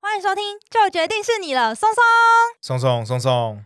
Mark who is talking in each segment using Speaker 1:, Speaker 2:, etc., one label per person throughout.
Speaker 1: 欢迎收听《就决定是你了》，松松。
Speaker 2: 松松松松，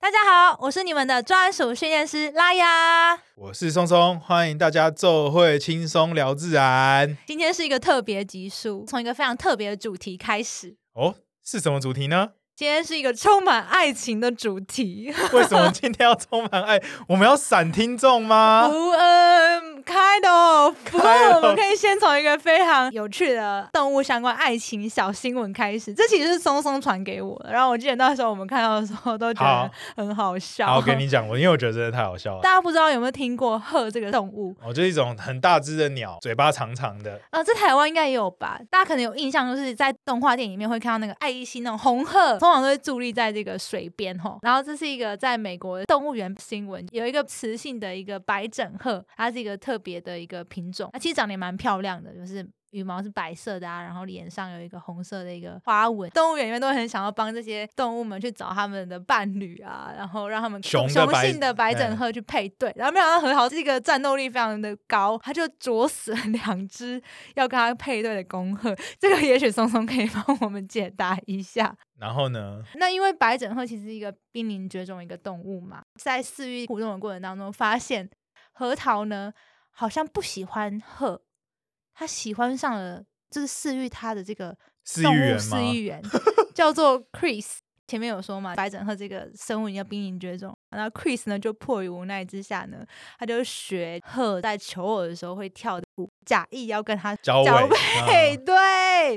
Speaker 1: 大家好，我是你们的专属训练师拉雅。
Speaker 2: 我是松松，欢迎大家奏会轻松聊自然。
Speaker 1: 今天是一个特别集数，从一个非常特别的主题开始。
Speaker 2: 哦，是什么主题 呢？
Speaker 1: 今天是一个充满爱情的主题，
Speaker 2: 为什么今天要充满爱？我们要闪听众 吗？
Speaker 1: 不，嗯，kind of，不过
Speaker 2: 啊 Kind of
Speaker 1: 我们可以先从一个非常有趣的动物相关爱情小新闻开始。这其实是松松传给我的，然后我记得那时候我们看到的时候都觉得
Speaker 2: 好
Speaker 1: 很好笑。
Speaker 2: 好，我跟你讲，我因为我觉得真的太好笑了。
Speaker 1: 大家不知道有没有听过鹤这个动物？
Speaker 2: 哦，就是一种很大只的鸟，嘴巴长长的。
Speaker 1: 呃，在台湾应该也有吧，大家可能有印象，就是在动画电影里面会看到那个爱依西那种红鹤，通常都会伫立在这个水边吼。然后这是一个在美国动物园新闻，有一个雌性的一个白枕鹤，它是一个特别的一个品种，它其实长得也蛮漂亮的，就是。羽毛是白色的啊，然后脸上有一个红色的一个花纹。动物园里面都会很想要帮这些动物们去找他们的伴侣啊，然后让他们
Speaker 2: 雄的
Speaker 1: 雄
Speaker 2: 白
Speaker 1: 性的白枕
Speaker 2: 哎
Speaker 1: 鹤去配对。然后没想到很好，这个战斗力非常的高，它就啄死了两只要跟他配对的恭贺，这个也许松松可以 帮我们解答一下。
Speaker 2: 然后呢？
Speaker 1: 那因为白枕鹤其实是一个濒临绝种的一个动物嘛，在饲育虎种的过程当中，发现核桃呢好像不喜欢鹤，它喜欢上了就是饲育它的这个
Speaker 2: 饲
Speaker 1: 动
Speaker 2: 育
Speaker 1: 物
Speaker 2: 员吗
Speaker 1: 饲？育 员叫做 Chris。前面有说嘛，白枕鹤这个生物已经濒临绝种，然后 Chris 呢就迫于无奈之下呢，他就学鹤在求偶的时候会跳的舞，假意要跟他
Speaker 2: 交尾。
Speaker 1: 交配对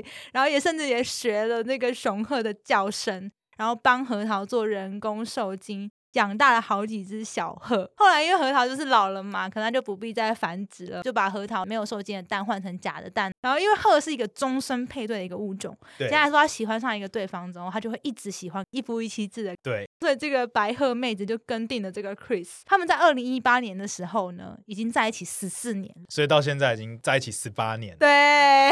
Speaker 2: 嗯
Speaker 1: 对，然后也甚至也学了那个雄鹤的叫声，然后帮核桃做人工受精，养大了好几只小鹤。后来因为核桃就是老了嘛，可能它就不必再繁殖了，就把核桃没有受精的蛋换成假的蛋。然后因为鹤是一个终身配对的一个物种，
Speaker 2: 对
Speaker 1: 简单来说，它喜欢上一个对方之后，它就会一直喜欢一夫一妻制的
Speaker 2: 对，
Speaker 1: 所以这个白鹤妹子就跟定了这个 Chris。他们在二零一八年的时候呢，已经在一起十四年了。
Speaker 2: 所以到现在已经在一起十八年。
Speaker 1: 对。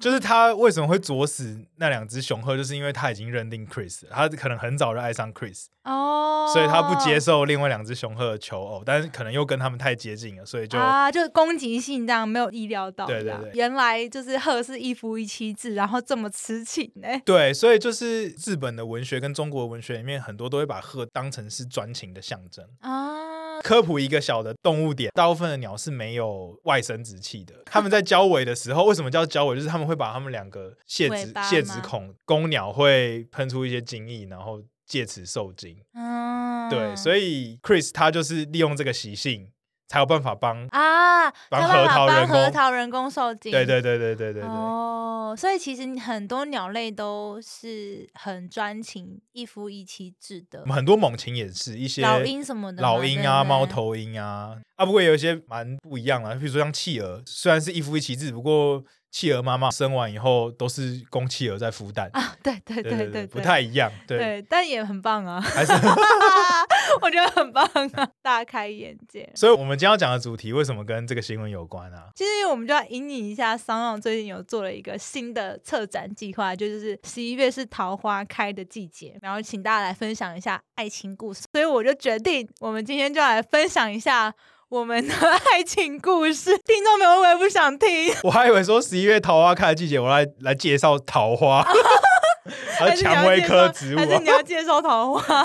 Speaker 2: 就是他为什么会啄死那两只雄鹤，就是因为他已经认定 Chris，了他可能很早就爱上 Chris，
Speaker 1: 哦，
Speaker 2: 所以他不接受另外两只雄鹤的求偶，但是可能又跟他们太接近了，所以就、
Speaker 1: 啊，就是攻击性这样没有意料到的
Speaker 2: 对对
Speaker 1: 啊，
Speaker 2: 对
Speaker 1: 原来就是鹤是一夫一妻制，然后这么痴情呢、
Speaker 2: 对，所以就是日本的文学跟中国的文学里面，很多都会把鹤当成是专情的象征。
Speaker 1: 啊，
Speaker 2: 科普一个小的动物点，大部分的鸟是没有外生殖器的。它们在交尾的时候，为什么叫交尾？就是它们会把它们两个泄
Speaker 1: 尾
Speaker 2: 殖
Speaker 1: 巴
Speaker 2: 泄
Speaker 1: 吗
Speaker 2: 殖孔，公鸟会喷出一些精液，然后借此受精。
Speaker 1: 嗯，
Speaker 2: 对，所以 Chris 他就是利用这个习性，才有办法帮。
Speaker 1: 啊，
Speaker 2: 帮
Speaker 1: 没有办
Speaker 2: 核
Speaker 1: 法
Speaker 2: 桃
Speaker 1: 帮
Speaker 2: 人
Speaker 1: 核
Speaker 2: 工
Speaker 1: 桃人工受精，
Speaker 2: 对对对对对对对，
Speaker 1: 哦，所以其实很多鸟类都是很专情一夫一妻制的
Speaker 2: 我，们很多猛禽也是一些
Speaker 1: 老鹰什么的嘛，
Speaker 2: 老鹰
Speaker 1: 对不
Speaker 2: 啊、
Speaker 1: 对
Speaker 2: 猫。头鹰啊，啊，不过也有一些蛮不一样啦，比如说像企鹅，虽然是一夫一妻制，不过企鹅妈妈生完以后都是公企鹅在孵蛋，
Speaker 1: 啊，对对
Speaker 2: 对
Speaker 1: 对
Speaker 2: 对，不太一样，对，
Speaker 1: 对，但也很棒啊，
Speaker 2: 还是，
Speaker 1: 我觉得很棒啊，大开眼界。
Speaker 2: 所以我们今天要讲的主题为什么跟这个新闻有关啊？
Speaker 1: 其实我们就要引领一下桑浪最近有做了一个新的策展计划，就是十一月是桃花开的季节，然后请大家来分享一下爱情故事。所以我就决定，我们今天就来分享一下我们的 爱情故事。听众们会不会不想听？
Speaker 2: 我还以为说十一月桃花开的季节，我来来介绍桃 花，还
Speaker 1: 还
Speaker 2: 有
Speaker 1: 是你要
Speaker 2: 蔷薇
Speaker 1: 介
Speaker 2: 科
Speaker 1: 绍
Speaker 2: 植物
Speaker 1: 还
Speaker 2: 啊
Speaker 1: 是你。要介绍桃花？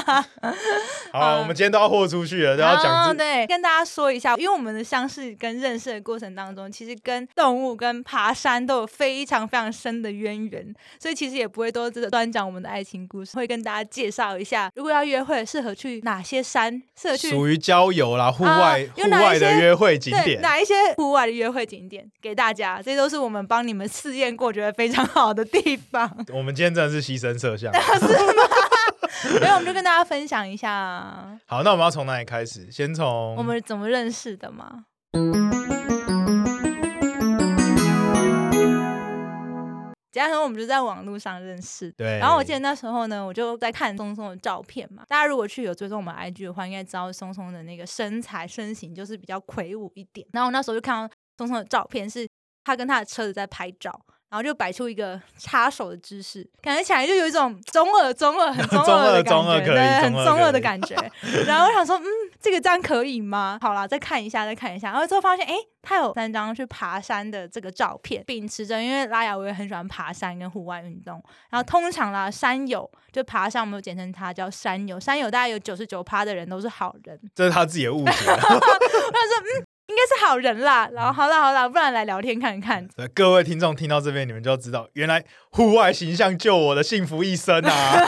Speaker 2: 好啊，我们今天都要豁出去了，都要
Speaker 1: 啊
Speaker 2: 讲这。
Speaker 1: 对，跟大家说一下，因为我们的相识跟认识的过程当中，其实跟动物、跟爬山都有非常非常深的渊源，所以其实也不会多端讲我们的爱情故事，会跟大家介绍一下，如果要约会，适合去哪些山，适合去
Speaker 2: 属于郊游啦，户
Speaker 1: 啊
Speaker 2: 外、
Speaker 1: 有
Speaker 2: 户
Speaker 1: 哪一
Speaker 2: 外的
Speaker 1: 些
Speaker 2: 约会景
Speaker 1: 对
Speaker 2: 点。
Speaker 1: 哪一些户外的约会景点给大家，这都是我们帮你们试验过，觉得非常好的地 方。
Speaker 2: 我们今天真的是牺牲 摄像。
Speaker 1: 所以我们就跟大家分享一下啊
Speaker 2: 好，那我们要从哪里开始？先从
Speaker 1: 我们怎么认识的嘛。简单说，我们就在网络上认识。
Speaker 2: 对，
Speaker 1: 然后我记得那时候呢，我就在看松松的照片嘛。大家如果去有追踪我们 IG 的话，应该知道松松的那个身材身形就是比较魁梧一点。然后我那时候就看到松松的照片，是他跟他的车子在拍照，然后就摆出一个 插手的姿势，感觉起来就有一种中二、中二、很
Speaker 2: 中二
Speaker 1: 二的感
Speaker 2: 中二
Speaker 1: 觉，
Speaker 2: 可以
Speaker 1: 对，很
Speaker 2: 中二
Speaker 1: 中
Speaker 2: 可
Speaker 1: 二
Speaker 2: 以
Speaker 1: 的感觉。 然后我想说，嗯，这个这样可以吗？好啦，再看一下，再看一下。然后之后发现，哎，他有三张去爬山的这个照片，秉持着，因为拉雅我也很喜欢爬山跟户外运动。然后通常啦，山友就爬山，我们都简称他叫山友。山友大概有九十九趴的人都是好人，
Speaker 2: 这是他自己的误解。啊
Speaker 1: 嗯应该是好人啦。然后好啦好啦，不然来聊天看看。
Speaker 2: 对各位听众听到这边，你们就要知道，原来户外形象救我的幸福一生 啊！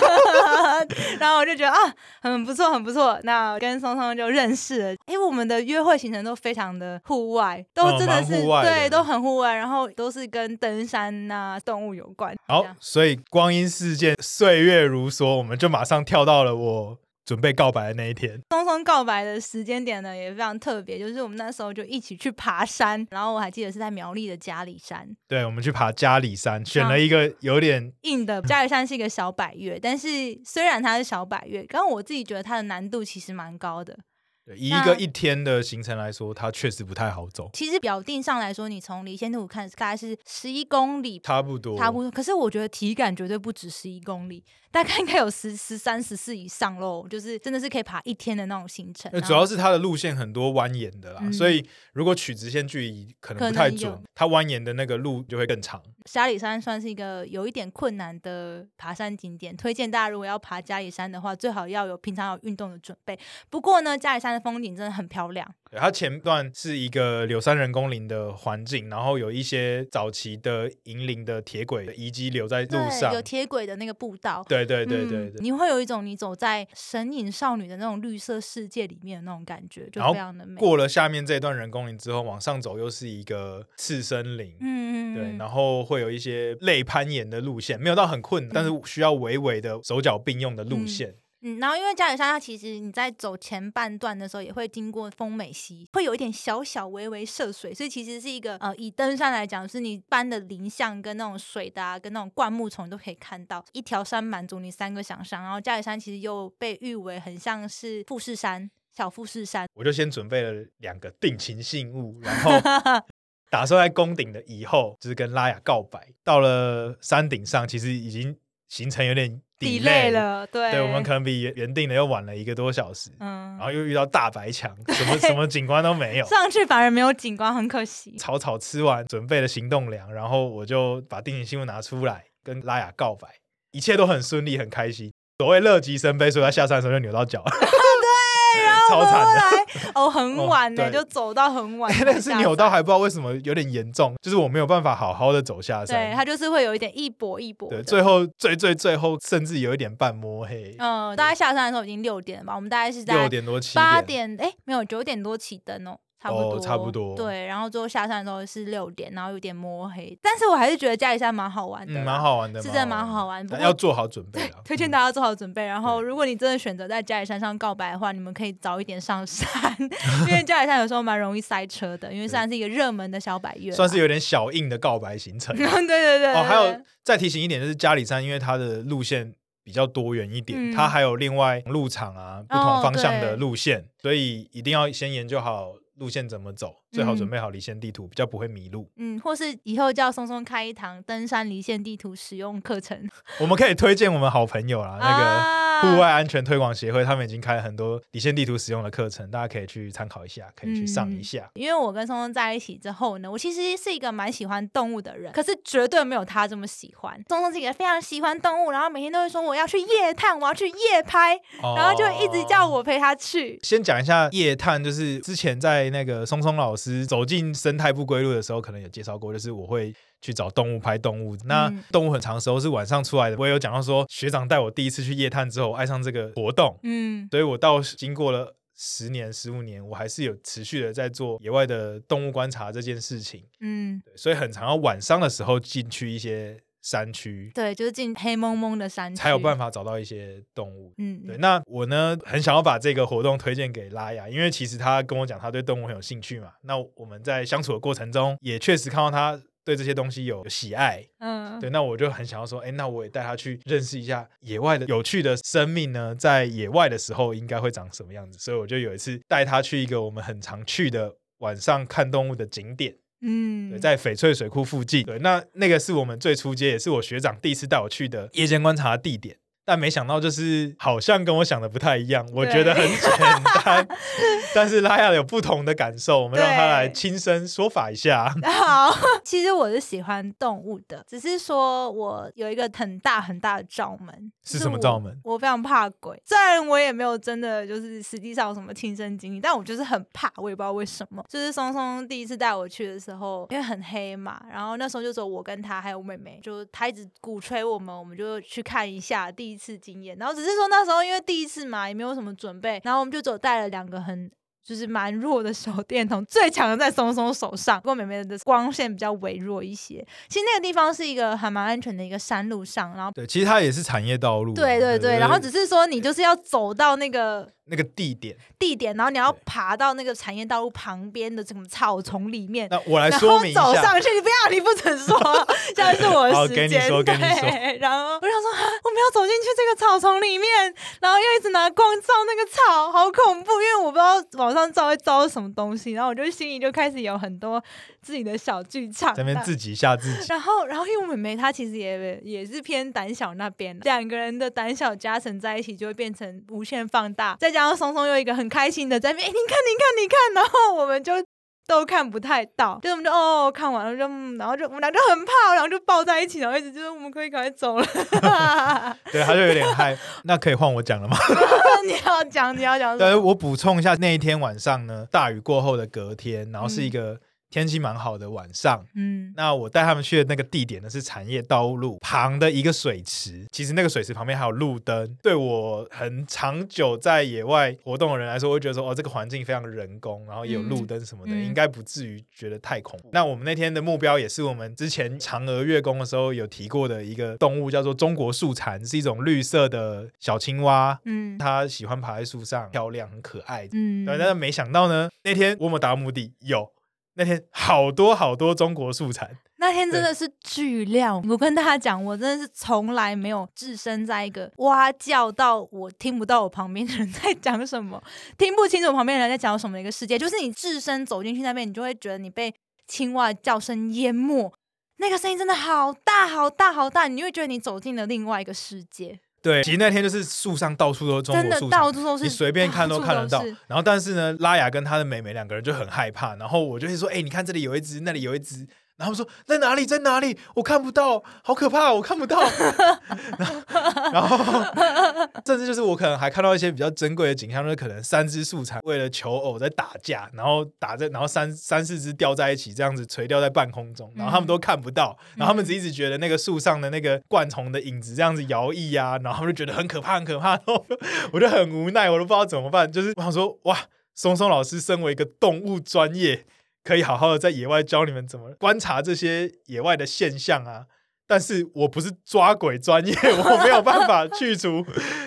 Speaker 1: 然后我就觉得啊，很不错，很不错。那我跟松松就认识了。哎，我们的约会行程都非常的户外，都
Speaker 2: 嗯
Speaker 1: 真
Speaker 2: 蛮
Speaker 1: 是、
Speaker 2: 户外的
Speaker 1: 对，都很户外，然后都是跟登山呐、动物有关。
Speaker 2: 好
Speaker 1: 这样，
Speaker 2: 所以光阴似箭，岁月如梭，我们就马上跳到了我准备告白的那一天。
Speaker 1: 松松告白的时间点呢也非常特别，就是我们那时候就一起去爬山，然后我还记得是在苗栗的嘉里山。
Speaker 2: 对，我们去爬嘉里山，选了一个有点
Speaker 1: 硬的嘉里山是一个小百岳，但是虽然它是小百岳，但我自己觉得它的难度其实蛮高的。
Speaker 2: 对以一个
Speaker 1: 那
Speaker 2: 一天的行程来说，它确实不太好走，
Speaker 1: 其实表定上来说，你从离线图看大概是十一公里
Speaker 2: 差不多，
Speaker 1: 差不多。可是我觉得体感绝对不止十一公里，大概应该有十十三、十四以上喽。就是真的是可以爬一天的那种行程。
Speaker 2: 呃
Speaker 1: 然后
Speaker 2: 主要是它的路线很多蜿蜒的啦，
Speaker 1: 嗯
Speaker 2: 所以如果取直线距离可能
Speaker 1: 可
Speaker 2: 不太
Speaker 1: 能有
Speaker 2: 准，它蜿蜒的那个路就会更长。
Speaker 1: 嘉里山算是一个有一点困难的爬山景点，推荐大家如果要爬嘉里山的话，最好要有平常有运动的准备。不过呢，嘉里山的风景真的很漂亮，
Speaker 2: 对它前段是一个柳山人工林的环境，然后有一些早期的银林的铁轨的遗迹留在路上
Speaker 1: 有。铁轨的那个步道。
Speaker 2: 对对对对
Speaker 1: 嗯
Speaker 2: 对，
Speaker 1: 你会有一种你走在神隐少女的那种绿色世界里面的那种感觉，就
Speaker 2: 然后
Speaker 1: 非常的美。
Speaker 2: 过了下面这段人工林之后，往上走又是一个次森林，
Speaker 1: 嗯嗯，嗯
Speaker 2: 对，
Speaker 1: 嗯
Speaker 2: 然后会有一些类攀岩的路线，没有到很困难，但是需要微微的手脚并用的路线。
Speaker 1: 嗯，然后因为加里山，它其实你在走前半段的时候，也会经过丰美溪，会有一点小小微微涉水，所以其实是一个呃，以登山来讲，是你搬的林相跟那种水的、啊、跟那种灌木丛都可以看到，一条山满足你三个想象。然后加里山其实又被誉为很像是富士山，小富士山。
Speaker 2: 我就先准备了两个定情信物，然后 打算在宫顶的以后，就是跟拉雅告白。到了山顶上，其实已经行程有点
Speaker 1: delay 了，对
Speaker 2: 对我们可能比原原定的又晚了一个多小时，
Speaker 1: 嗯
Speaker 2: 然，后又遇到大白墙，什么什么景观都没有。
Speaker 1: 上去反而没有景观，很可惜。
Speaker 2: 草草吃完准备了行动粮，然后我就把定情信物拿出来跟拉雅告白，一切都很顺利，很开心。所谓乐极生悲，所以他下山的时候就扭到脚， 对， 超惨的。
Speaker 1: 来哦，很
Speaker 2: 哦
Speaker 1: 晚呢、
Speaker 2: 对
Speaker 1: 就走到很 晚才下山，
Speaker 2: 哎但是扭到还不知道为什么有点严重， 就是我没有办法好好的走下
Speaker 1: 对，
Speaker 2: 山。
Speaker 1: 它就是会有一点一跛一跛
Speaker 2: 对，
Speaker 1: 的。
Speaker 2: 最后最最最后甚至有一点半摸黑，
Speaker 1: 嗯，大概下山的时候已经六点了吧，我们大概是
Speaker 2: 六
Speaker 1: 在
Speaker 2: 点多七
Speaker 1: 八点，哎，没有九点多起灯哦。差不多、
Speaker 2: 哦差不多
Speaker 1: 对，然后最后下山的时候是六点，然后有点摸黑，但是我还是觉得嘉里山蛮好玩的啦，
Speaker 2: 嗯，蛮好玩的，
Speaker 1: 是真的蛮
Speaker 2: 好
Speaker 1: 好玩。不
Speaker 2: 但
Speaker 1: 过
Speaker 2: 要做好准备啊。
Speaker 1: 推荐
Speaker 2: 嗯
Speaker 1: 大家做好准备。然后，
Speaker 2: 对
Speaker 1: 如果你真的选择在嘉里山上告白的话，你们可以早一点上山，因为嘉里山有时候蛮容易塞车的，因为虽然是一个热门的小百越啦，。
Speaker 2: 算是有点小硬的告白行程
Speaker 1: 对对对啊 对
Speaker 2: 哦，还
Speaker 1: 对
Speaker 2: 有再提醒一点，就是嘉里山，因为它的路线比较多元一点，
Speaker 1: 嗯哦
Speaker 2: 它还有另外路场啊，不同方向的路线，所以一定要先研究好路线怎么走，最好准备好离线地图，比较不会迷路。
Speaker 1: 嗯，或是以后叫松松开一堂登山离线地图使用课程，
Speaker 2: 我们可以推荐我们好朋友啦，那
Speaker 1: 啊
Speaker 2: 个户外安全推广协会，他们已经开了很多离线地图使用的课程，大家可以去参考一下，可以去上一下。
Speaker 1: 因为我跟松松在一起之后呢，我其实是一个蛮喜欢动物的人，可是绝对没有他这么喜欢。松松是一个非常喜欢动物，然后每天都会说我要去夜探，我要去夜拍，嗯然后就一直叫
Speaker 2: 我。
Speaker 1: 我陪他去。
Speaker 2: 先讲一下夜探，就是之前在那个松松老师走进生态不归路的时候，可能有介绍过，就是我会去找动物拍动物。那
Speaker 1: 嗯
Speaker 2: 动物很长时候是晚上出来的，我也有讲到说，学长带我第一次去夜探之后，我爱上这个活动，
Speaker 1: 嗯，
Speaker 2: 所以我到经过了。十年、十五年，我还是有持续的在做野外的动物观察这件事情，
Speaker 1: 嗯，
Speaker 2: 对所以很常要晚上的时候进去一些山区，
Speaker 1: 对，就是进黑蒙蒙的山
Speaker 2: 才有办
Speaker 1: 法。
Speaker 2: 法找到一些动物。
Speaker 1: 嗯，
Speaker 2: 对，
Speaker 1: 嗯
Speaker 2: 那我呢很想要把这个活动推荐给拉雅，因为其实他跟我讲他对动物很有兴趣嘛。那我们在相处的过程中，也确实看到他对这些东西有有喜爱。
Speaker 1: 嗯，
Speaker 2: 对，那我就很想要说，哎，那我也带他去认识一下野外的有趣的生命呢，在野外的时候应该会长什么样子。所以我就有一次带他去一个我们很常去的晚上看动物的景点。
Speaker 1: 嗯
Speaker 2: 对，，在翡翠水库附近。对，那那个是我们最初街，也是我学长第一次带我去的夜间观察地点。但没想到，就是好像跟我想的不太一样。我觉得很简 单，但是拉雅有不同的感受，我们让他来
Speaker 1: 对
Speaker 2: 亲身说法一下。
Speaker 1: 好，其实我是喜欢动物的，只是说我有一个很大很大的罩门，
Speaker 2: 是
Speaker 1: 就
Speaker 2: 什么
Speaker 1: 我
Speaker 2: 罩门
Speaker 1: 我非常怕鬼，虽然我也没有真的就是实际上有什么亲身经历，但我就是很怕，我也不知道为什么。就是松松第一次带我去的时候，因为很黑嘛，然后那时候就只有我跟他还有妹妹，就他一直鼓吹我们，我们就去看一下第一次经验。然后只是说那时候因为第一次嘛，也没有什么准备，然后我们就只有带了两个很就是蛮弱的手电筒，最强的在松松手上，不过妹妹的光线比较微弱一些。其实那个地方是一个还蛮安全的一个山路上，然后
Speaker 2: 对，其实它也是产业道路啊。
Speaker 1: 对对对，然后只是说你就是要走到那个
Speaker 2: 那个地点，
Speaker 1: 地点，然后你要
Speaker 2: 对
Speaker 1: 爬到那个产业道路旁边的什么草丛里面。
Speaker 2: 那我来
Speaker 1: 然
Speaker 2: 说
Speaker 1: 后
Speaker 2: 明一
Speaker 1: 走
Speaker 2: 下。
Speaker 1: 上去，你不要，你不准 说，现在是我
Speaker 2: 好
Speaker 1: 的时
Speaker 2: 给
Speaker 1: 间。
Speaker 2: 你说给你说
Speaker 1: 对然后我想说，啊我们要走进去这个草丛里面，然后又一直拿光照那个草，好恐怖，因为我不知道往上照会照到什么东西。然后我就心里就开始有很多自己的小剧场。
Speaker 2: 在那边自己吓自己，
Speaker 1: 然后，然后因为我妹妹她其实也也是偏胆小那边，两个人的胆小加成在一起，就会变成无限放大。再加上松松又一个很开心的在那边，哎，你看，你看，你看，然后我们就。都看不太到，就我们就哦看完了就，嗯然后就我们俩就很怕，然后就抱在一起，然后一直就是我们可以赶快走了。
Speaker 2: 对，他就有点嗨。那可以换我讲了吗？
Speaker 1: 你要讲你要讲什
Speaker 2: 对，
Speaker 1: 么？
Speaker 2: 我补充一下，那一天晚上呢，大雨过后的隔天，然后是一个天气蛮好的晚上。
Speaker 1: 嗯
Speaker 2: 那我带他们去的那个地点呢，是产业道路旁的一个水池。其实那个水池旁边还有路灯。对我很长久在野外活动的人来说，我会觉得说，哦，这个环境非常人工，然后也有路灯什么的，
Speaker 1: 嗯嗯
Speaker 2: 应该不至于觉得太恐怖。那我们那天的目标也是我们之前嫦娥月宫的时候有提过的一个动物，叫做中国树蟾，是一种绿色的小青蛙。
Speaker 1: 嗯
Speaker 2: 它喜欢爬在树上，漂亮，很可爱。
Speaker 1: 嗯，
Speaker 2: 对，但是没想到呢，那天我们达到目的有那天好多好多中国树蟾，
Speaker 1: 那天真的是巨亮，我跟大家讲，我真的是从来没有置身在一个哇叫到我听不到我旁边的人在讲什么，听不清楚旁边的人在讲什么的一个世界。就是你置身走进去那边，你就会觉得你被青蛙的叫声淹没，那个声音真的好大好大好大，你会觉得你走进了另外一个世界，
Speaker 2: 对，其实那天就是树上到处都是中
Speaker 1: 真
Speaker 2: 国
Speaker 1: 的
Speaker 2: 树
Speaker 1: 到
Speaker 2: 蟾。
Speaker 1: 处都是，
Speaker 2: 你随便看
Speaker 1: 到
Speaker 2: 都
Speaker 1: 处
Speaker 2: 看得到
Speaker 1: 是，
Speaker 2: 然后但是呢，拉雅跟她的妹妹两个人就很害怕，然后我就会说，哎、你看这里有一只，那里有一只，然后他们说在哪里，在哪里，我看不到，好可怕，我看不到， 然后然后甚至就是我可能还看到一些比较珍贵的景象，就是可能三只树蟾为了求偶在打架，然后打在，然后三三四只吊在一起，这样子垂吊在半空中，然后他们都看不到，然
Speaker 1: 嗯
Speaker 2: 后他们只一直觉得那个树上的那个灌丛的影子这样子摇曳啊，然后他们就觉得很可怕，很可怕，然后我就很无奈，我都不知道怎么办，就是我想说，哇，松松老师身为一个动物专业。可以好好的在野外教你们怎么观察这些野外的现象啊，但是我不是抓鬼专业，我没有办 法去除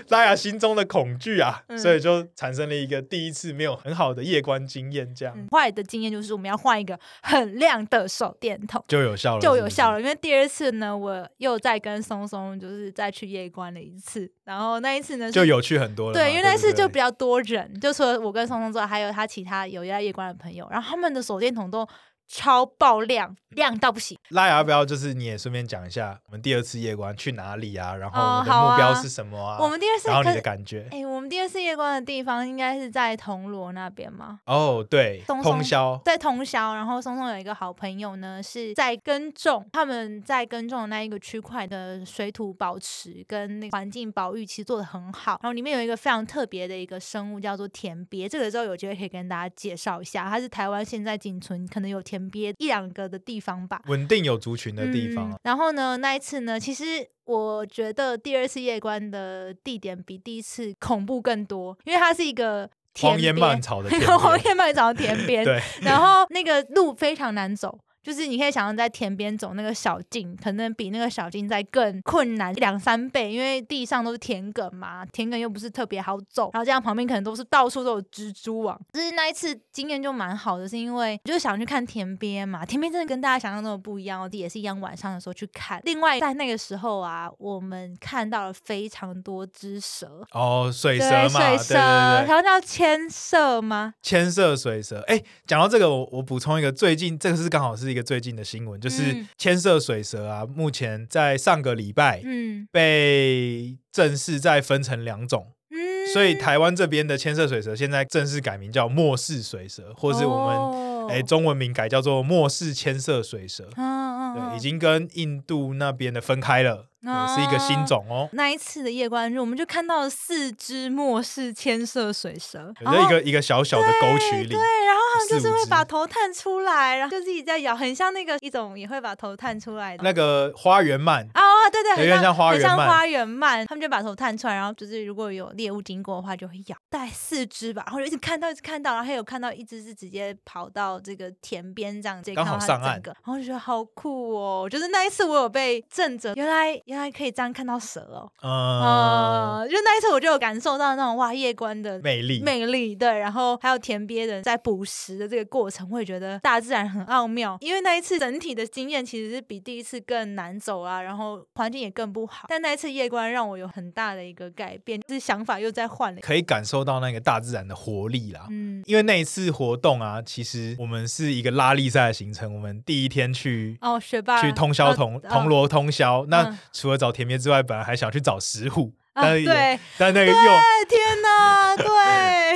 Speaker 2: 拉雅心中的恐惧啊，
Speaker 1: 嗯
Speaker 2: 所以就产生了一个第一次没有很好的夜观经验，这样、
Speaker 1: 嗯坏的经验就是我们要换一个很亮的手电筒。
Speaker 2: 就有效了，
Speaker 1: 就有效
Speaker 2: 了。
Speaker 1: 了。因为第二次呢，我又再跟松松就是再去夜观了一次，然后那一次呢是
Speaker 2: 就有趣很多了嘛。
Speaker 1: 对，因为那次就
Speaker 2: 不
Speaker 1: 比较多人，就除了我跟松松之外，还有他其他有在夜观的朋友，然后他们的手电筒都超爆亮，亮到不行。
Speaker 2: 拉雅要不要就是你也顺便讲一下我们第二次夜观去哪里啊？然后
Speaker 1: 哦
Speaker 2: 我们的
Speaker 1: 好啊
Speaker 2: 目标是什么啊？
Speaker 1: 我们第二次
Speaker 2: 然后
Speaker 1: 可
Speaker 2: 你的
Speaker 1: 是。
Speaker 2: 感觉
Speaker 1: 哎、我们第二次夜观的地方应该是在铜锣那边吗？
Speaker 2: 哦，对，
Speaker 1: 松松
Speaker 2: 通宵
Speaker 1: 在通宵，然后松松有一个好朋友呢，是在耕种，他们在耕种的那一个区块的水土保持跟那个环境保育其实做的很好。然后里面有一个非常特别的一个生物叫做田鳖，这个之后有机会可以跟大家介绍一下，它是台湾现在仅存可能有田鳖一两个的地方吧。
Speaker 2: 稳定有族群的地方啊、
Speaker 1: 嗯。然后呢，那一次呢，其实我觉得第二次夜观的地点比第一次恐怖更多，因为它是一个田
Speaker 2: 荒烟
Speaker 1: 边
Speaker 2: 蔓草的田
Speaker 1: 荒
Speaker 2: 边，
Speaker 1: 烟蔓草的田边，
Speaker 2: 对，
Speaker 1: 然后那个路非常难走。就是你可以想象在田边走那个小径，可能比那个小径再更困难两三倍，因为地上都是田埂嘛，田埂又不是特别好走，然后这样旁边可能都是到处都有蜘蛛网。就是那一次经验就蛮好的，是因为就是想去看田边嘛，田边真的跟大家想象中的不一样哦，也是一样晚上的时候去看。另外在那个时候啊，我们看到了非常多只蛇。
Speaker 2: 哦，水蛇
Speaker 1: 对
Speaker 2: 嘛，
Speaker 1: 水
Speaker 2: 对
Speaker 1: 蛇，
Speaker 2: 对对，
Speaker 1: 它叫牵涉吗？
Speaker 2: 千色水蛇。哎，讲到这个，我我补充一个，最近这个是刚好是一个最近的新闻，就是
Speaker 1: 嗯
Speaker 2: 千色水蛇啊，目前在上个礼拜
Speaker 1: 嗯
Speaker 2: 被正式再分成两种。
Speaker 1: 嗯，
Speaker 2: 所以台湾这边的千色水蛇现在正式改名叫末世水蛇，或是我们
Speaker 1: 们
Speaker 2: 哎、中文名改叫做末世千色水蛇，
Speaker 1: 哦嗯嗯，
Speaker 2: 对，
Speaker 1: 嗯
Speaker 2: 已经跟印度那边的分开了，对，是一个新种哦。
Speaker 1: 那一次的夜观日，我们就看到了四只末世千色水蛇，
Speaker 2: 有在一个一个小小的沟
Speaker 1: 哦对
Speaker 2: 渠里，
Speaker 1: 对，然后它们就
Speaker 2: 四
Speaker 1: 是
Speaker 2: 五
Speaker 1: 会
Speaker 2: 只
Speaker 1: 把头探出来，然后就自己在咬，很像那个一种也会把头探出来的。
Speaker 2: 那个花园鳗，
Speaker 1: 啊、对对，
Speaker 2: 有
Speaker 1: 很
Speaker 2: 点像花
Speaker 1: 很
Speaker 2: 园
Speaker 1: 像
Speaker 2: 鳗
Speaker 1: 花园鳗，他们就把头探出来，然后就是如果有猎物经过的话，就会咬，大概四只吧，然后就一直看到，一直看到，然后还有看到一只是直接跑到这个田边这样，直接
Speaker 2: 刚
Speaker 1: 看到
Speaker 2: 好
Speaker 1: 它
Speaker 2: 上
Speaker 1: 整
Speaker 2: 岸
Speaker 1: 个，然后就觉得好酷哦，就是那一次我有被震着，原来原来可以这样看到蛇哦，
Speaker 2: 呃嗯，
Speaker 1: 呃，就那一次我就有感受到那种哇夜观的
Speaker 2: 魅力，
Speaker 1: 魅力，对，然后还有田边人在捕食的这个过程，会觉得大自然很奥妙。因为那一次整体的经验其实是比第一次更难走啊，然后环境也更不好。但那一次夜观让我有很大的一个改变，就是想法又在换了。
Speaker 2: 可以感受到那个大自然的活力啦。
Speaker 1: 嗯，
Speaker 2: 因为那一次活动啊，其实我们是一个拉力赛的行程，我们第一天去
Speaker 1: 哦，学霸
Speaker 2: 去通宵铜
Speaker 1: 呃
Speaker 2: 铜锣通宵。
Speaker 1: 嗯
Speaker 2: 那除了找田边之外，本来还想去找石虎，
Speaker 1: 啊
Speaker 2: 但是也
Speaker 1: 对，
Speaker 2: 但那个又
Speaker 1: 哎天哪， 对。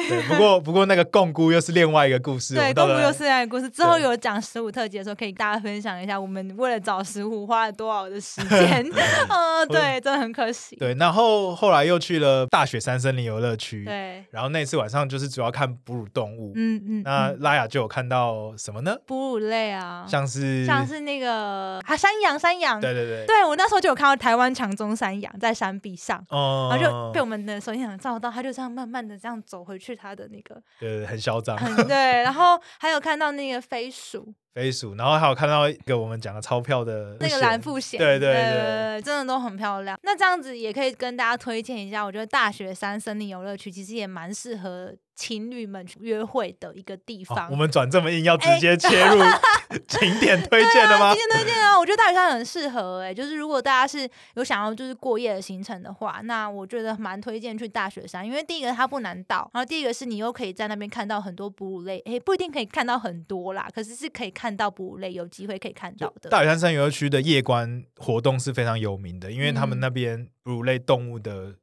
Speaker 2: 对，不过不过那个共菇又是另外一个故事。我
Speaker 1: 对，
Speaker 2: 们到
Speaker 1: 公布
Speaker 2: 了
Speaker 1: 又是爱的故事。之后
Speaker 2: 对
Speaker 1: 有讲十五特辑的时候，可以大家分享一下，我们为了找十五花了多少的时 间。呃，对，真的很可惜。
Speaker 2: 对，然后后来又去了大雪山森林游乐区，
Speaker 1: 对，
Speaker 2: 然后那次晚上就是主要看哺乳动物。
Speaker 1: 嗯嗯，
Speaker 2: 那
Speaker 1: 嗯
Speaker 2: 拉雅就有看到什么呢？
Speaker 1: 哺乳类啊，
Speaker 2: 像是
Speaker 1: 像是那个啊山羊，山羊，
Speaker 2: 对对对，
Speaker 1: 对我那时候就有看到台湾长鬃山羊在山壁上。
Speaker 2: 哦，
Speaker 1: 然后就被我们的手电筒照到，它就这样慢慢的这样走回去它的那个，
Speaker 2: 对对对很嚣张，
Speaker 1: 很对。然后还有看到那个飞鼠，
Speaker 2: 飞鼠，然后还有看到一个我们讲的钞票的
Speaker 1: 那个
Speaker 2: 线
Speaker 1: 蓝腹鹇，
Speaker 2: 对对
Speaker 1: 对
Speaker 2: 对
Speaker 1: 真的都很漂亮。那这样子也可以跟大家推荐一下，我觉得大雪山森林游乐区其实也蛮适合情侣们去约会的一个地
Speaker 2: 哦
Speaker 1: 方。
Speaker 2: 我们转这么硬，要直
Speaker 1: 哎
Speaker 2: 接切 入景点推荐的吗？
Speaker 1: 推荐推荐啊！我觉得大屿山很适合哎、就是如果大家是有想要就是过夜的行程的话，那我觉得蛮推荐去大雪山，因为第一个它不难到，然后第一个是你又可以在那边看到很多哺乳类，哎、不一定可以看到很多啦，可是是可以看到哺乳类，有机会可以看到的。
Speaker 2: 大屿山山游乐区的夜观活动是非常有名的，因为他们
Speaker 1: 嗯
Speaker 2: 那边哺乳类动物的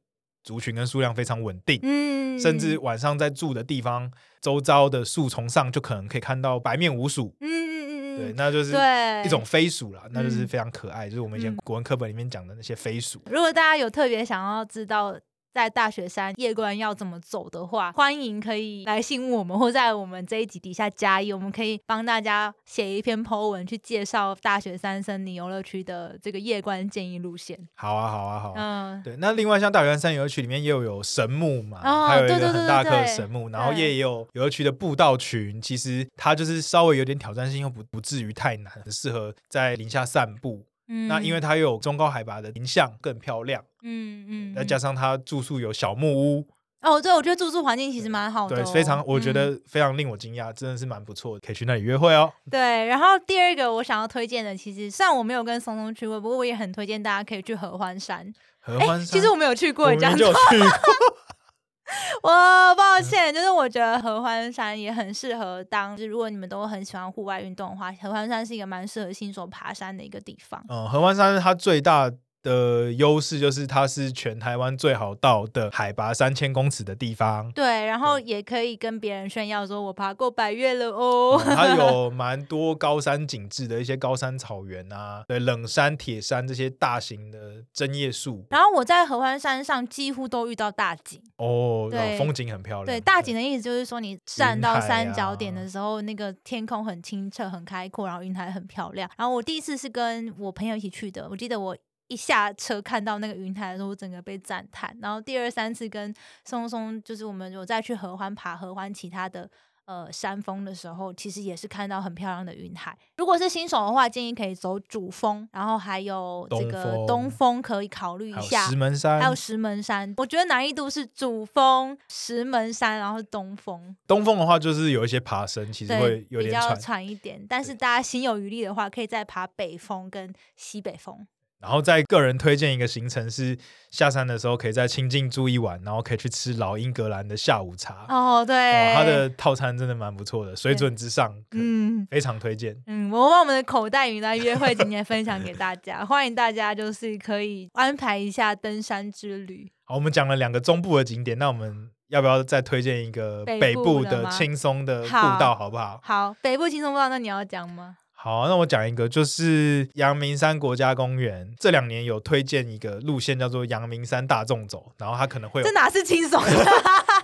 Speaker 2: 族群跟数量非常稳定，
Speaker 1: 嗯
Speaker 2: 甚至晚上在住的地方周遭的树丛上就可能可以看到白面鼯鼠，
Speaker 1: 嗯嗯
Speaker 2: 对，
Speaker 1: 嗯嗯嗯，
Speaker 2: 那就是
Speaker 1: 对
Speaker 2: 一种飞鼠啦，那就是
Speaker 1: 嗯
Speaker 2: 非常可爱，就是我们以前
Speaker 1: 嗯
Speaker 2: 国文课本里面讲的那些飞鼠。
Speaker 1: 如果大家有特别想要知道。在大雪山夜观要怎么走的话，欢迎可以来信问我们，或在我们这一集底下加一，我们可以帮大家写一篇 po 文去介绍大雪山森林游乐区的这个夜观建议路线。
Speaker 2: 好啊，好啊，好啊。
Speaker 1: 嗯，
Speaker 2: 对，那另外像大屿山山游乐区里面也有有神木嘛，
Speaker 1: 哦
Speaker 2: 还有一
Speaker 1: 对对对
Speaker 2: 个很
Speaker 1: 对
Speaker 2: 大棵的
Speaker 1: 对
Speaker 2: 神木，然后
Speaker 1: 对
Speaker 2: 也有游乐区的步道群，其实它就是稍微有点挑战性，又不不至于太难，很适合在林下散步。
Speaker 1: 嗯
Speaker 2: 那因为它又有中高海拔的林相，更漂亮，
Speaker 1: 嗯嗯，
Speaker 2: 再加
Speaker 1: 嗯
Speaker 2: 上它住宿有小木屋，
Speaker 1: 哦，对，我觉得住宿环境其实蛮好的哦、
Speaker 2: 对，非常我
Speaker 1: 嗯
Speaker 2: 觉得非常令我惊讶，真的是蛮不错的，可以去那里约会哦。
Speaker 1: 对，然后第二个我想要推荐的，其实虽然我没有跟松松去过，不过我也很推荐大家可以去合欢山。
Speaker 2: 合欢山，
Speaker 1: 其实我没有去过，
Speaker 2: 我
Speaker 1: 你这样
Speaker 2: 们
Speaker 1: 子
Speaker 2: 就有去过，
Speaker 1: 我抱歉，就是我觉得合欢山也很适合当，就是如果你们都很喜欢户外运动的话，合欢山是一个蛮适合新手爬山的一个地方。
Speaker 2: 嗯，合欢山它最大的优势就是它是全台湾最好到的海拔三千公尺的地方。
Speaker 1: 对，然后也可以跟别人炫耀说我爬过百越了哦。
Speaker 2: 嗯它有蛮多高山景致的一些高山草原啊，对，冷山、铁山这些大型的针叶树
Speaker 1: 然后我在合欢山上几乎都遇到大景，
Speaker 2: 哦，
Speaker 1: 对
Speaker 2: 有风景很漂亮。
Speaker 1: 对大景的意思就是说，你站到
Speaker 2: 云海
Speaker 1: 山脚点
Speaker 2: 啊
Speaker 1: 的时候，那个天空很清澈、很开阔，然后云海很漂亮。然后我第一次是跟我朋友一起去的，我记得我。一下车看到那个云台的时候，我整个被赞叹。然后第二三次跟松松，就是我们有再去合欢爬合欢其他的呃山峰的时候，其实也是看到很漂亮的云海。如果是新手的话，建议可以走主峰，然后还有这个
Speaker 2: 东峰
Speaker 1: 东峰可以考虑一
Speaker 2: 还有
Speaker 1: 下。
Speaker 2: 石门山，
Speaker 1: 还有石门山，我觉得难易度是主峰、石门山，然后东峰，
Speaker 2: 东峰的话，就是有一些爬升，其实
Speaker 1: 对
Speaker 2: 会，有
Speaker 1: 比
Speaker 2: 点
Speaker 1: 较
Speaker 2: 喘。
Speaker 1: 喘一点。但是大家心有余力的话，可以再爬北峰跟西北峰。
Speaker 2: 然后再个人推荐一个行程是下山的时候可以在清境住一晚，然后可以去吃老英格兰的下午茶。
Speaker 1: 哦，对，
Speaker 2: 哇，啊它的套餐真的蛮不错的，水准之上，嗯，
Speaker 1: 嗯。
Speaker 2: 非常推荐。
Speaker 1: 嗯，我把我们的口袋云南约会今天分享给大家， 欢迎大家就是可以安排一下登山之旅。
Speaker 2: 好，我们讲了两个中部的景点，那我们要不要再推荐一个
Speaker 1: 北
Speaker 2: 北
Speaker 1: 部
Speaker 2: 部
Speaker 1: 的
Speaker 2: 的
Speaker 1: 吗
Speaker 2: 轻松的步
Speaker 1: 好
Speaker 2: 道，好不好？
Speaker 1: 好，北部轻松步道，那你要讲吗？
Speaker 2: 好，那我讲一个，就是阳明山国家公园这两年有推荐一个路线，叫做阳明山大众走，然后它可能会有
Speaker 1: 这哪是轻 松的？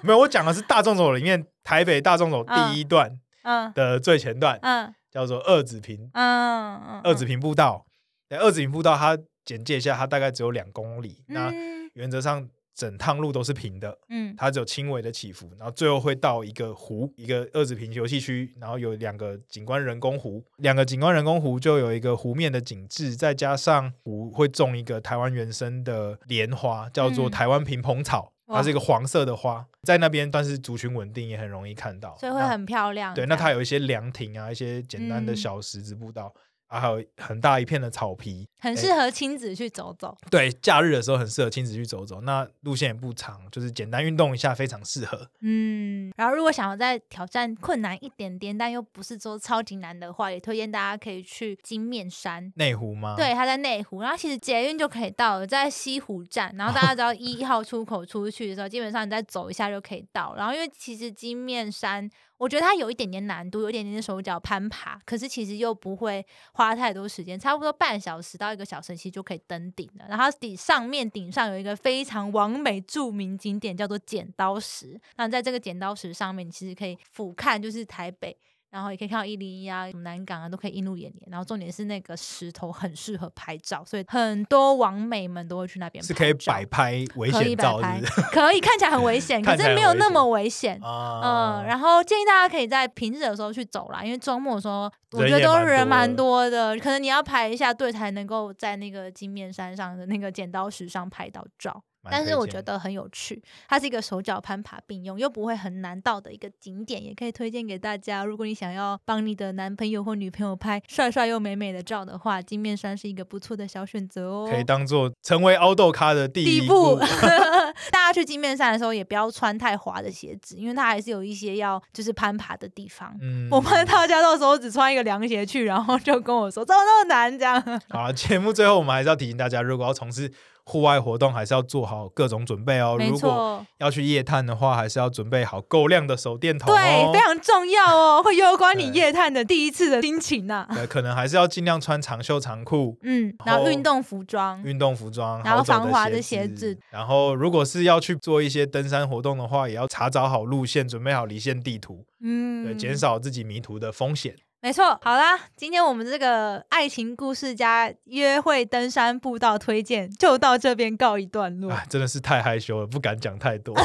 Speaker 2: 没有，我讲的是大众走里面台北大众走第一段
Speaker 1: 嗯
Speaker 2: 的最前段，
Speaker 1: 嗯
Speaker 2: 叫做二子坪
Speaker 1: 嗯嗯，
Speaker 2: 二子坪步道。对，二子坪步道它简介一下，它大概只有两公里，那
Speaker 1: 嗯
Speaker 2: 原则上整趟路都是平的，
Speaker 1: 嗯
Speaker 2: 它只有轻微的起伏，然后最后会到一个湖，一个二子坪游戏区，然后有两个景观人工湖，两个景观人工湖就有一个湖面的景致，再加上湖会种一个台湾原生的莲花，叫做
Speaker 1: 嗯
Speaker 2: 台湾萍蓬草，
Speaker 1: 哇
Speaker 2: 它是一个黄色的花，在那边但是族群稳定，也很容易看到，
Speaker 1: 所以会
Speaker 2: 那
Speaker 1: 很漂亮。
Speaker 2: 对。
Speaker 1: 这
Speaker 2: 那
Speaker 1: 样
Speaker 2: 它有一些凉亭啊，一些简单的
Speaker 1: 嗯
Speaker 2: 小石子步道。啊，还有很大一片的草皮，
Speaker 1: 很
Speaker 2: 哎
Speaker 1: 适合亲子去走走。
Speaker 2: 对，假日的时候很适合亲子去走走。那路线也不长，就是简单运动一下，非常适合。
Speaker 1: 嗯，然后如果想要再挑战困难一点点，但又不是说超级难的话，也推荐大家可以去金面山。
Speaker 2: 内湖吗？
Speaker 1: 对，它在内湖，然后其实捷运就可以到了，在西湖站。然后大家只要一号出口出去的时候，基本上你再走一下就可以到。然后因为其实金面山，我觉得它有一点点难度，有一点点手脚攀爬，可是其实又不会花太多时间，差不多半小时到一个小时其实就可以登顶了。然后底上面顶上有一个非常完美著名景点，叫做剪刀石。那在这个剪刀石上面，你其实可以俯瞰就是台北。然后也可以看到一零一啊、什么南港啊，都可以映入眼帘。然后重点是那个石头很适合拍照，所以很多网美们都会去那边
Speaker 2: 是可以
Speaker 1: 拍照
Speaker 2: 摆拍危
Speaker 1: 可以
Speaker 2: 险
Speaker 1: 摆
Speaker 2: 照，
Speaker 1: 拍嗯
Speaker 2: 是不 是？，
Speaker 1: 可以看起来很危险，可
Speaker 2: 看起来
Speaker 1: 是
Speaker 2: 很
Speaker 1: 没有
Speaker 2: 危
Speaker 1: 那
Speaker 2: 险
Speaker 1: 么危险。
Speaker 2: 啊
Speaker 1: 嗯，然后建议大家可以在平日的时候去走啦，因为周末的时候我
Speaker 2: 人
Speaker 1: 觉得
Speaker 2: 也
Speaker 1: 都
Speaker 2: 蛮
Speaker 1: 人
Speaker 2: 多
Speaker 1: 蛮
Speaker 2: 的
Speaker 1: 多的，可能你要排一下队才能够在那个金面山上的那个剪刀石上拍到照。
Speaker 2: 蛮
Speaker 1: 但是
Speaker 2: 推
Speaker 1: 我
Speaker 2: 荐
Speaker 1: 觉得很有趣，它是一个手脚攀爬并用又不会很难到的一个景点，也可以推荐给大家。如果你想要帮你的男朋友或女朋友拍帅帅又美美的照的话，金面山是一个不错的小选择哦。
Speaker 2: 可以当做成为凹豆咖的第
Speaker 1: 第
Speaker 2: 一
Speaker 1: 一
Speaker 2: 步
Speaker 1: 步。， 大家去金面山的时候也不要穿太滑的鞋子，因为它还是有一些要就是攀爬的地方。
Speaker 2: 嗯
Speaker 1: 我怕大家到时候只穿一个凉鞋去，然后就跟我说怎么那么难这样。
Speaker 2: 好，啊节目最后我们还是要提醒大家，如果要从事户外活动，还是要做好各种准备哦。
Speaker 1: 没
Speaker 2: 如果
Speaker 1: 错，
Speaker 2: 要去夜探的话，还是要准备好够亮的手电筒哦
Speaker 1: 对，非。常重要哦，会攸关你
Speaker 2: 对
Speaker 1: 夜探的第一次的心情呐、
Speaker 2: 对，可能还是要尽量穿长袖长裤、
Speaker 1: 嗯，
Speaker 2: 然
Speaker 1: 然后
Speaker 2: 后
Speaker 1: 运动服装，
Speaker 2: 哦运动服装，
Speaker 1: 嗯然后
Speaker 2: 好走
Speaker 1: 防滑的
Speaker 2: 鞋
Speaker 1: 鞋子。
Speaker 2: 然后，如果是要去做一些登山活动的话，也要查找好路线，准备好离线地图，
Speaker 1: 嗯，
Speaker 2: 对，减少自己迷途的风险。
Speaker 1: 没错，好啦，今天我们这个爱情故事加约会登山步道推荐就到这边告一段落。
Speaker 2: 啊，真的是太害羞了，不敢讲太多。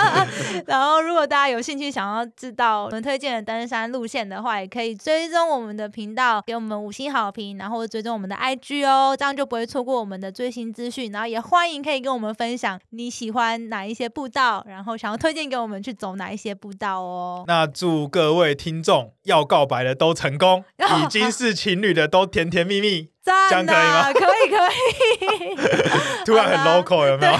Speaker 1: 然后，如果大家有兴趣想要知道我们推荐的登山路线的话，也可以追踪我们的频道，给我们五星好评，然后追踪我们的 IG 哦，这样就不会错过我们的最新资讯。然后也欢迎可以跟我们分享你喜欢哪一些步道，然后想要推荐给我们去走哪一些步道哦。
Speaker 2: 那祝各位听众要告白的都 成功，
Speaker 1: 啊
Speaker 2: 已经是情侣的都甜甜蜜蜜。
Speaker 1: 赞
Speaker 2: 这样
Speaker 1: 呐，可以可以。
Speaker 2: 突然很
Speaker 1: 好啦
Speaker 2: local 有没有？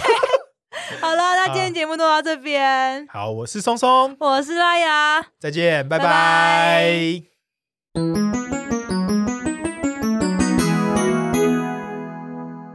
Speaker 1: 好了，那今天节目就到这边，
Speaker 2: 好，我是松松，
Speaker 1: 我是拉雅。
Speaker 2: 再见，拜
Speaker 1: 拜
Speaker 2: 拜
Speaker 1: 拜